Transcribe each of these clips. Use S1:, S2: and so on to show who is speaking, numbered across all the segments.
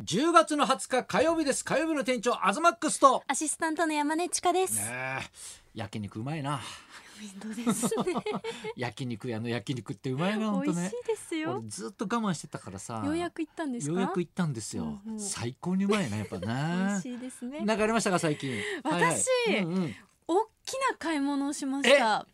S1: 10月の20日火曜日です火曜日の店長アズマックスと
S2: アシスタントの山根千佳です。
S1: ねえ焼肉うまいな
S2: どうですね。
S1: 焼肉屋の焼肉ってうまい な本
S2: 美
S1: 当
S2: 味しい
S1: ね
S2: です
S1: 俺
S2: よ。
S1: ずっと我慢してたからさ
S2: ようやく行ったんですか。
S1: ようやく行ったんですよ、
S2: うんうん
S1: 最高にうまいなやっぱ
S2: 美
S1: な
S2: 味しいですね。
S1: なんかありましたか最近
S2: 私
S1: はいはいうんうん
S2: 大きな買い物をしました。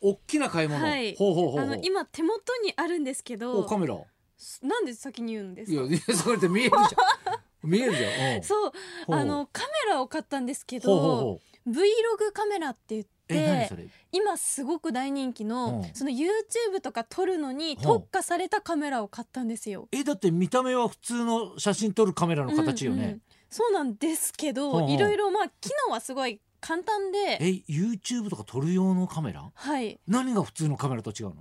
S1: おっきな買い物、
S2: はい
S1: ほうほうほう
S2: あ
S1: ほう
S2: の今手元にあるんですけ
S1: お
S2: ど、
S1: カメラ
S2: すなんで先に言うんです
S1: い
S2: か
S1: や。いやそれって見えるじ ゃん見えるじゃんうん
S2: そう、
S1: ほう
S2: あのカメラを買ったんですけ
S1: ほうほう
S2: ど、
S1: ほう
S2: Vlog カメラって言っ
S1: え何そ
S2: て、
S1: れ
S2: 今すごく大人気
S1: う
S2: の
S1: ん
S2: その YouTube とか撮るのに
S1: うん
S2: 特化されたカメラを買ったんですよ。
S1: えだって見た目は普通の写真撮るカメラの形よね、
S2: うんうんそうなんですけ
S1: うんう
S2: ど、
S1: ん
S2: いろいろまあ機能はすごい簡単で、
S1: え YouTube とか撮る用のカメラ
S2: はい。
S1: 何が普通のカメラと違うの、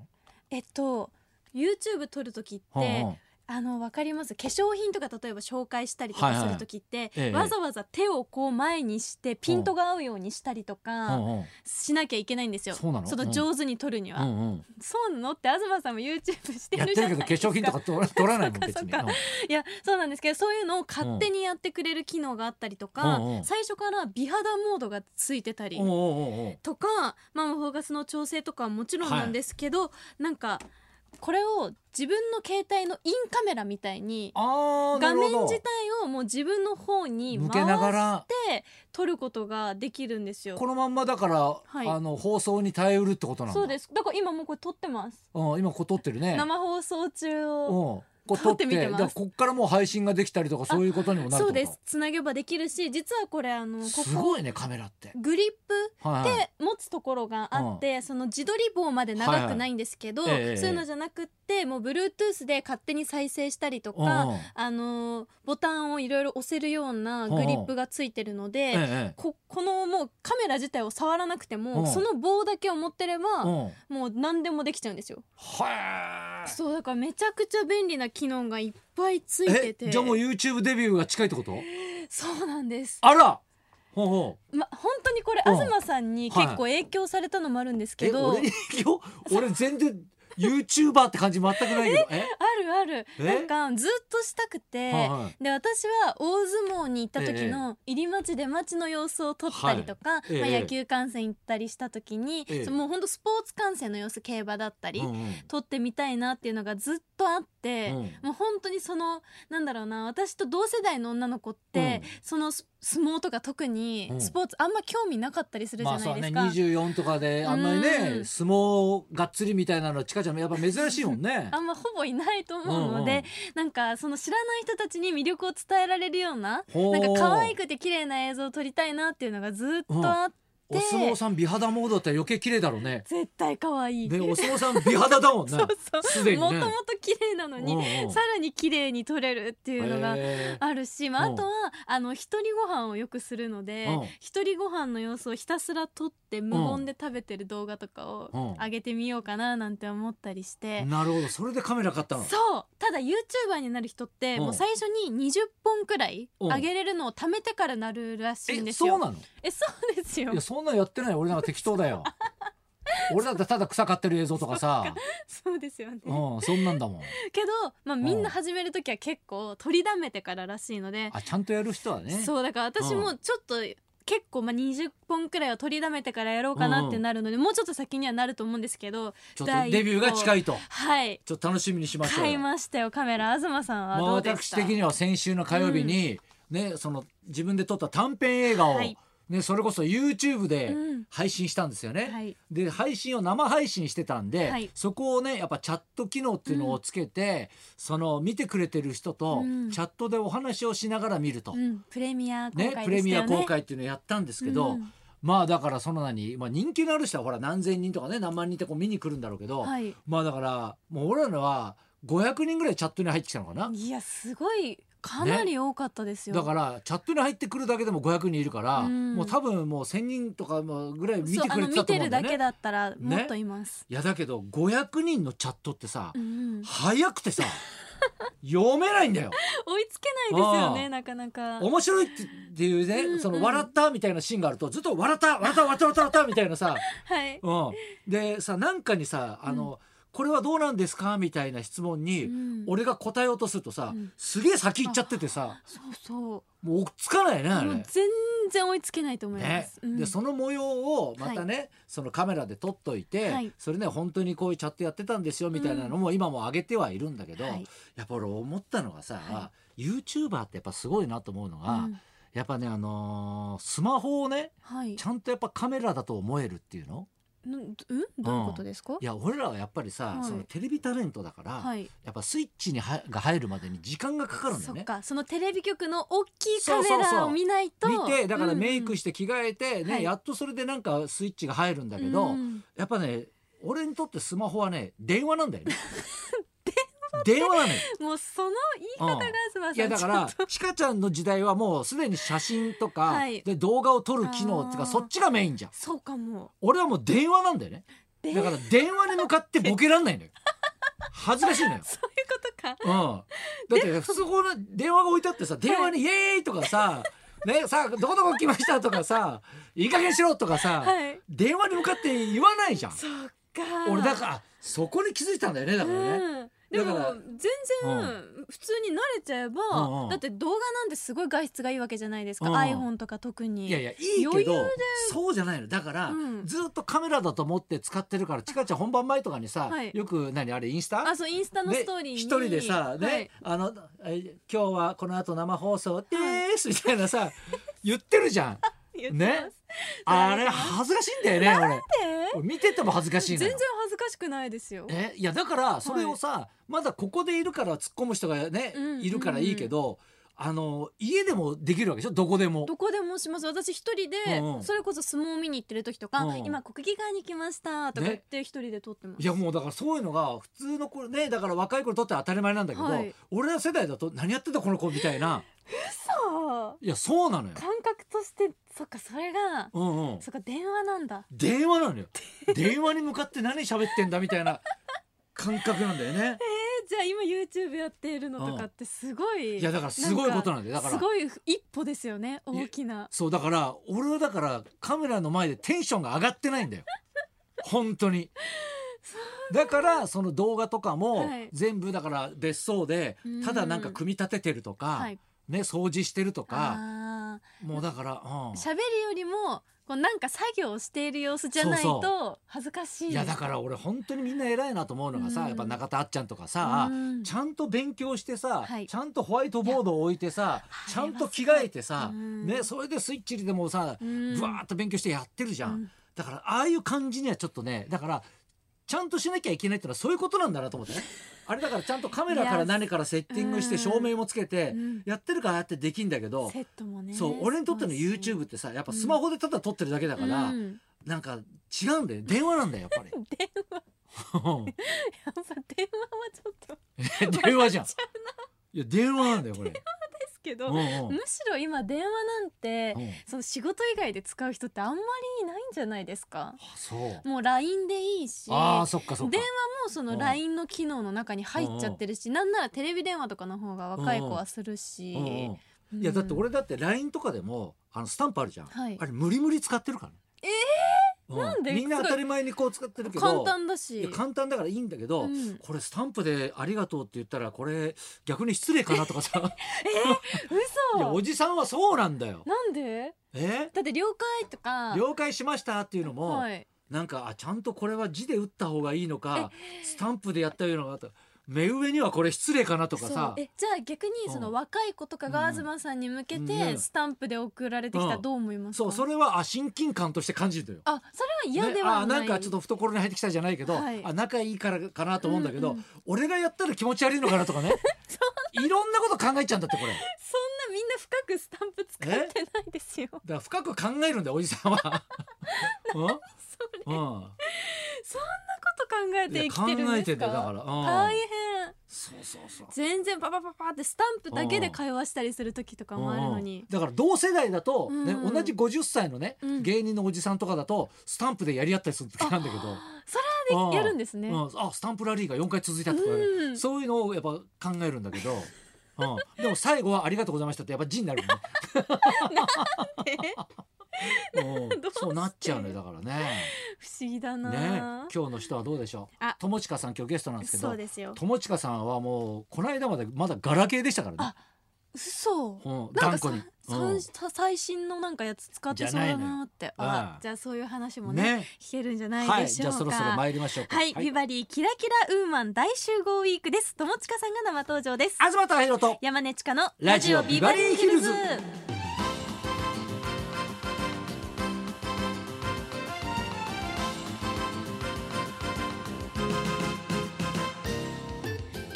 S2: えっと YouTube 撮る時って、
S1: はあはあ
S2: あのわかります化粧品とか例えば紹介したりとかする時って、
S1: ええ
S2: わざわざ手をこう前にしてピントが合うようにしたりと
S1: はあ
S2: か
S1: は
S2: しなきゃいけないんですよ、
S1: そうなの
S2: の上手に撮るに
S1: あ
S2: は、
S1: うんうん、
S2: そうなのって東さんも YouTube して
S1: やっ
S2: る
S1: て
S2: じゃ
S1: る
S2: な
S1: け
S2: い
S1: ど化
S2: ですか
S1: 粧品とか撮ら撮らないもん
S2: そっ
S1: 別
S2: か
S1: に、
S2: そっかいやそうなんですけどそういうのを勝手にやってくれる機能があったりとか、
S1: うんうん
S2: 最初から美肌モードがついてたり、
S1: うん、おうおうおうおう
S2: とか、まあ、フォーカスの調整とかはもちろんなんですけど、なんかこれを自分の携帯のインカメラみたいに
S1: あーな
S2: 画
S1: るほ
S2: 面
S1: ど
S2: 自体をもう自分の方に
S1: 向け
S2: 回
S1: なが
S2: し
S1: ら
S2: て撮ることができるんですよ
S1: こ。のまんまだから、
S2: い
S1: あの放送に耐えうるってことなんだ、
S2: そうですすだから今もうこれ撮ってます。
S1: うん、今こう撮ってるね
S2: 生放送中
S1: うん
S2: を
S1: こう撮
S2: 撮
S1: っ
S2: ってて
S1: み
S2: み
S1: て
S2: て
S1: だ
S2: ます
S1: からこっからもう配信ができたりとかそういうことにもなるって
S2: そ
S1: こ
S2: う
S1: と
S2: ですつなげばできるし実はこれあのこ
S1: す
S2: こ
S1: ごいねカメラって、
S2: グリップ
S1: はいはい
S2: で持つところがあって、その自撮り棒まで長くないんですけど、
S1: はいはいええ
S2: そういうのじゃなくってもう Bluetooth で勝手に再生したりと
S1: うんうん
S2: か、あのーボタンをいろいろ押せるようなグリップがついてるので、
S1: えええ
S2: ここのもうカメラ自体を触らなくても、
S1: うん
S2: その棒だけを持ってれば、
S1: えうん
S2: もう何でもできちゃうんですよ
S1: はー
S2: そうだからめちゃくちゃ便利な機能がいっぱいついてて
S1: えじゃあもう YouTube デビューが近いってこと
S2: そうなんです、
S1: あらほうほう
S2: ま、本当にこれ
S1: うん
S2: 東さんに結構影響されたのもあるんですけ
S1: え
S2: ど、
S1: 俺に今日俺全然 YouTuber って感じ全くないけど え
S2: あるある
S1: え
S2: なんかずっとしたくて、
S1: はいはい
S2: で私は大相撲に行った時の入り待ち出待ちの様子を撮ったりとか、
S1: いえ
S2: まあ、
S1: え
S2: 野球観戦行ったりした時に、
S1: ええ
S2: そうもうほんとスポーツ観戦の様子競馬だったり、
S1: うんうん
S2: 撮ってみたいなっていうのがずっとあって、
S1: うん
S2: もう本当にそのなんだろうな私と同世代の女の子って、
S1: うん
S2: そのス相撲とか特に
S1: うん
S2: スポーツあんま興味なかったりするじ
S1: ま
S2: ゃ
S1: あ
S2: な
S1: そうね
S2: いですか。
S1: 24とかであんまり
S2: う
S1: ね
S2: ん
S1: 相撲がっつりみたいなのはちかちゃんもやっぱ珍しいもんね
S2: あんまほぼいないと思うので、なんかその知らない人たちに魅力を伝えられるような
S1: ほう
S2: なんか可愛くて綺麗な映像を撮りたいなっていうのがずっとあって、
S1: お相撲さん美肌モードだったら余計綺麗だろう ね
S2: 絶対可愛い。
S1: ねお相撲さん美肌 だもんね
S2: そうそう。
S1: すでにね
S2: もともと綺麗なのに、
S1: うんうん
S2: さらに綺麗に撮れるっていうのが。
S1: へー
S2: あるし、まあ、
S1: うん
S2: あとは、あの一人ご飯をよくするので、
S1: うん
S2: 一人ご飯の様子をひたすら撮って無言で食べてる動画とかを
S1: うん
S2: 上げてみようかななんて思ったりして、
S1: なるほどそれでカメラ買ったの
S2: そうただ YouTuber になる人って、
S1: うん
S2: もう最初に20本くらい
S1: うん
S2: 上げれるのを貯めてからなるらしいん
S1: え
S2: です
S1: そ
S2: よ。
S1: うなの
S2: えそうですよ
S1: いやそんなんやってない俺なんか適当だ よ俺だってただ草買ってる映像とかさ
S2: そうですよね。
S1: うんそんなんだもん
S2: けど、まあ、みん
S1: うん
S2: な始める時は結構取りだめてかららしいので、
S1: あちゃんとやる人はね
S2: そうだから私もちょっと、結構まあ20本くらいは取りだめてからやろうかなってなるので、もうちょっと先にはなると思うんですけど
S1: ちょっとデビューが近いと
S2: はい
S1: ちょっと楽しみにしましょう
S2: 買い
S1: よ
S2: ましたよカメラ東さんは
S1: まあ
S2: どうでし
S1: 私
S2: た、
S1: 的には先週の火曜日に、ねその自分で撮った短編映画を、
S2: はい
S1: ねそれこそ YouTube で
S2: うん
S1: 配信したんですよね。
S2: はい
S1: で配信を生配信してたんで、
S2: はい
S1: そこをねやっぱチャット機能っていうのをつけて、その見てくれてる人と、
S2: うん
S1: チャットでお話をしながら見ると、
S2: うん、プレミア公開
S1: ね
S2: でしたよね
S1: プレミア公開っていうのをやったんですけど、
S2: うん
S1: まあだからその何、まあ、人気のある人はほら何千人とかね何万人ってこう見に来るんだろうけど、
S2: はい
S1: まあだからもう俺らのは500人ぐらいチャットに入ってきたのかな。
S2: いやすごいかなり多かったですよ、
S1: だからチャットに入ってくるだけでも500人いるから、
S2: うん
S1: もう多分もう1,000人とかもぐらい見
S2: そう
S1: て
S2: あ
S1: くれ
S2: の
S1: てたと
S2: 見て
S1: 思う
S2: る
S1: んだ
S2: だ
S1: よね。
S2: けだったら
S1: ね
S2: もっといます、
S1: いやだけど500人のチャットってさ、
S2: うん うん
S1: 早くて さ読めないんだよ。
S2: 追いつけないですよ
S1: ああ
S2: ねなかなか
S1: 面白いってっていうね、
S2: うんうん
S1: その笑ったみたいなシーンがあるとずっと笑った笑った笑った笑った笑ったみたいなさ、
S2: はい
S1: うん、でさなんかにさあの、これはどうなんですかみたいな質問に、
S2: うん
S1: 俺が答えようとするとさ、
S2: うん
S1: すげえ先行っちゃっててさ
S2: そうそう
S1: もう追っつかないねあ
S2: も
S1: れ
S2: う全然追いつけないと思いま
S1: ね
S2: す。うん
S1: でその模様をまたね、そのカメラで撮っといて、
S2: はい
S1: それね本当にこういうチャットやってたんですよみたいなのも今も上げてはいるんだけど、
S2: はい
S1: やっぱ俺思ったのがさ、
S2: は
S1: YouTuber ってやっぱすごいなと思うのが、
S2: うん
S1: やっぱねあのースマホをね
S2: はい
S1: ち。ゃんとやっぱカメラだと思えるっていうの
S2: うんどうんどういうことですか
S1: い？や俺らはやっぱりさ、
S2: はい
S1: そのテレビタレントだから、
S2: はい。
S1: やっぱスイッチにはが入るまでに時間がかかるんだ
S2: そ
S1: よ
S2: っ
S1: ね。
S2: か。そのテレビ局の大きい
S1: そ
S2: カ
S1: う
S2: メ
S1: そうそう
S2: ラを見ないと
S1: 見てだからメイク
S2: し
S1: して着替えて、ね
S2: はい
S1: やっとそれでなんかスイッチが入るんだ
S2: た
S1: けど、やっぱね俺にとってスマホはね電話なんだよ ね 電話なのよ
S2: もうその言い方がすば
S1: いやだから
S2: ちょっ
S1: ちかちゃんの時代はもうすでに写真とか、
S2: はい
S1: で動画を撮る機能っていうか
S2: あー
S1: そっちがメインじゃん
S2: とそうかも。
S1: 俺はもう電話なんだよね
S2: で
S1: だから電話に向かってボケらんないの よ恥ずかしいのよ
S2: そういうことか。
S1: うん、だって普通この電話が置いてあってさ電話に「イエーイ!」とかさ「ね、さどこどこ来ました」とか さ「いい加減しろ」とかさ、
S2: はい。
S1: 電話に向かって言わないじゃん。
S2: そうか。
S1: 俺だからあそこに気づいたんだよねだからね。
S2: うんで
S1: だ
S2: も
S1: から
S2: 全然普通に慣れちゃえば、
S1: うんうん
S2: だって動画なんてすごい画質がいいわけじゃないですか、
S1: うん
S2: iPhone とか特に
S1: いやいやいいけ
S2: 余裕
S1: どそうじゃないのだから、
S2: うん
S1: ずっとカメラだと思って使ってるからちかちゃん本番前とかにさ、
S2: はい
S1: よく何あれインスタ
S2: あそうインスタの
S1: で
S2: ストーリーに
S1: 一人でさ、ね
S2: はい
S1: あのえ今日はこの後生放送でーすみたいなさ、言ってるじゃ ん。
S2: 言ってます
S1: ね。あれ恥ずかしいんだよね俺。俺 見てても恥ずかし
S2: え
S1: い
S2: 全
S1: のよ
S2: 然恥ずかしくないですよ
S1: えいやだからそれをさ、まだここでいるから突っ込む人がね、
S2: うん
S1: いるからいいけど、あの家でもできるわけでしょどこでも。
S2: どこでもします私一人
S1: うんう
S2: で
S1: ん
S2: それこそ相撲見に行ってる時とか、
S1: うんうん
S2: 今国技館に来ましたとか言って一人で撮ってます、
S1: いやもうだからそういうのが普通の子ねだから若い子にとっては当たり前なんだけど、
S2: はい
S1: 俺ら世代だと何やってたこの子みたい な
S2: そう
S1: いやそうなのよ。
S2: 感覚としてそっかそれが、
S1: うんうん、
S2: そっか電話なんだ
S1: 電話なのよ電話に向かって何喋ってんだみたいな感覚なんだ よね。
S2: えじゃあ今 YouTube やっているのとかってすごい、
S1: いやだからすごいことなんだよだから
S2: すごい一歩ですよね大きな
S1: そうだから俺はだからカメラの前でテンションが上がってないんだ よ本当にだからその動画とかも
S2: はい
S1: 全部だから別荘で
S2: うん
S1: ただなんか組み立ててるとか、
S2: はい
S1: ね掃除してるとか
S2: あ
S1: もうだから、う
S2: ー
S1: ん、
S2: 喋るよりもこうなんか作業をしている様子じゃない
S1: そう
S2: と恥ずかしい
S1: いやだから俺本当にみんな偉いなと思うのがさ、
S2: うん
S1: やっぱ中田あっちゃんとかさ、
S2: うん
S1: ちゃんと勉強してさ、
S2: はい
S1: ちゃんとホワイトボードを置いてさ
S2: いや
S1: ちゃんと着替えてさ、
S2: うん
S1: ね、それでスイッチでもさ、
S2: うん
S1: ぶわーっと勉強してやってるじゃん、
S2: うん
S1: だからああいう感じにはちょっとねだからちゃんとしなきゃいけないってのはそういうことなんだなと思ってねあれだからちゃんとカメラか
S2: いや
S1: ら何からセッティングして
S2: うん
S1: 照明もつけて
S2: うん
S1: やってるからああやってできんだけど、
S2: セットもね
S1: そう俺にとっての
S2: すごいし
S1: YouTube ってさやっぱスマホでただ撮ってるだけだから、
S2: うん
S1: なんか違うんだよ電話なんだよやっぱ り。
S2: 電話
S1: うん
S2: やっぱ電話はちょっと
S1: え電話じゃん
S2: 笑っち。
S1: いや電話なんだよこれ。
S2: ですけ
S1: う
S2: ど
S1: ん
S2: む
S1: うん
S2: しろ今電話なんて
S1: うん
S2: その仕事以外で使う人ってあんまりいないんじゃないですか
S1: あそう。
S2: もう LINE でいいし
S1: ああそっかそっか
S2: 電。話もその LINE の機能の中に入っちゃってるし、なんならテレビ電話とかの方が若い子はするし、
S1: うんうんいやだって俺だって LINE とかでもあのスタンプあるじゃん。
S2: はい
S1: あれ無理無理使ってるからね。
S2: え
S1: え
S2: なんで
S1: みんな当たり前にこう使ってるけど。
S2: 簡単だ
S1: い
S2: し
S1: や簡単だからいいんだけど、
S2: うん
S1: これスタンプでありがとうって言ったらこれ逆に失礼かなとか さ。いや
S2: 嘘
S1: おじさんはそうなんだよ。
S2: なんで
S1: え？
S2: だって了解とか
S1: 了解しましたっていうのも。
S2: はい、
S1: なんかあちゃんとこれは字で打った方がいいのかスタンプでやったようなのがあった目上にはこれ失礼かなとかさ
S2: そうえじゃあ逆にその
S1: うん
S2: 若い子とかが
S1: うん
S2: 東さんに向け
S1: ね
S2: てスタンプで送られてきたらどう思いますか、
S1: そうそれはあ親近感として感じるのよ。
S2: あそれは嫌ではない、
S1: ねあなんかちょっと懐に入ってきたじゃないけど、
S2: はい
S1: あ仲いいからかなと思うんだけど、
S2: うんうん
S1: 俺がやったら気持ち悪いのかなとか ねいろんなこと考えちゃうんだってこれだか
S2: そんなみんな深くスタンプ使ってないですよ
S1: ら深く考えるんだよおじさん は。うん
S2: それ
S1: うん
S2: こと考えて生きてるんですか
S1: いや考えてんだよだからうん
S2: 大変
S1: そうそうそう
S2: 全然パパパパってスタンプだけで会話したりする時とかもあるの
S1: うん
S2: に
S1: だから同世代だと、ね
S2: うん
S1: 同じ50歳のね、
S2: うん
S1: 芸人のおじさんとかだとスタンプでやり合ったりする時なんだけど、
S2: それは
S1: うん
S2: でやるんですね
S1: うん、あスタンプラリーが4回続いたとかね、
S2: うん
S1: そういうのをやっぱ考えるんだけど、 うん、でも最後は「ありがとうございました」ってやっぱ字になるもんね。
S2: え
S1: うん
S2: どうして
S1: そうなっちゃうねだからね
S2: 不思議だな、
S1: ね今日の人はどうでしょう
S2: あ
S1: 友近さん今日ゲストなんですけ
S2: そう
S1: ど
S2: ですよ
S1: 友近さんはもうこの間までまだガラケーでしたからね
S2: あ嘘
S1: うん
S2: なんか
S1: 頑固に
S2: さ
S1: うん
S2: さん最新のなんかやつ使って
S1: じゃ
S2: そう
S1: ない
S2: だ
S1: のよ
S2: なってあ
S1: う
S2: ら
S1: ん
S2: じゃあそういう話もね
S1: ね
S2: 聞けるんじゃない
S1: はい
S2: でし
S1: じゃあ
S2: ょうか、
S1: そろそろ参りましょうか
S2: はい、ビバリーキラキラウーマン大集合ウィークです友近さんが生登場です
S1: 東隆弘と
S2: 山根千佳の
S1: ラジオビバリーヒルズ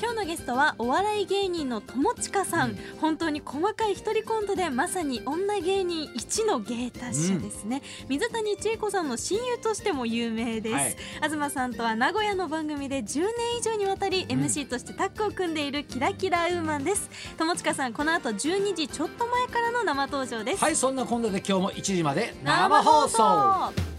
S2: 今日のゲストはお笑い芸人の友近さん、
S1: うん
S2: 本当に細かい一人コントでまさに女芸人一の芸達者ですね、水谷千恵子さんの親友としても有名です、
S1: はい
S2: 東さんとは名古屋の番組で10年以上にわたり MC としてタッグを組んでいるキラキラウーマンです友近さんこの後12時ちょっと前からの生登場です、
S1: はいそんなこんなで今日も1時まで生放送
S2: 生放送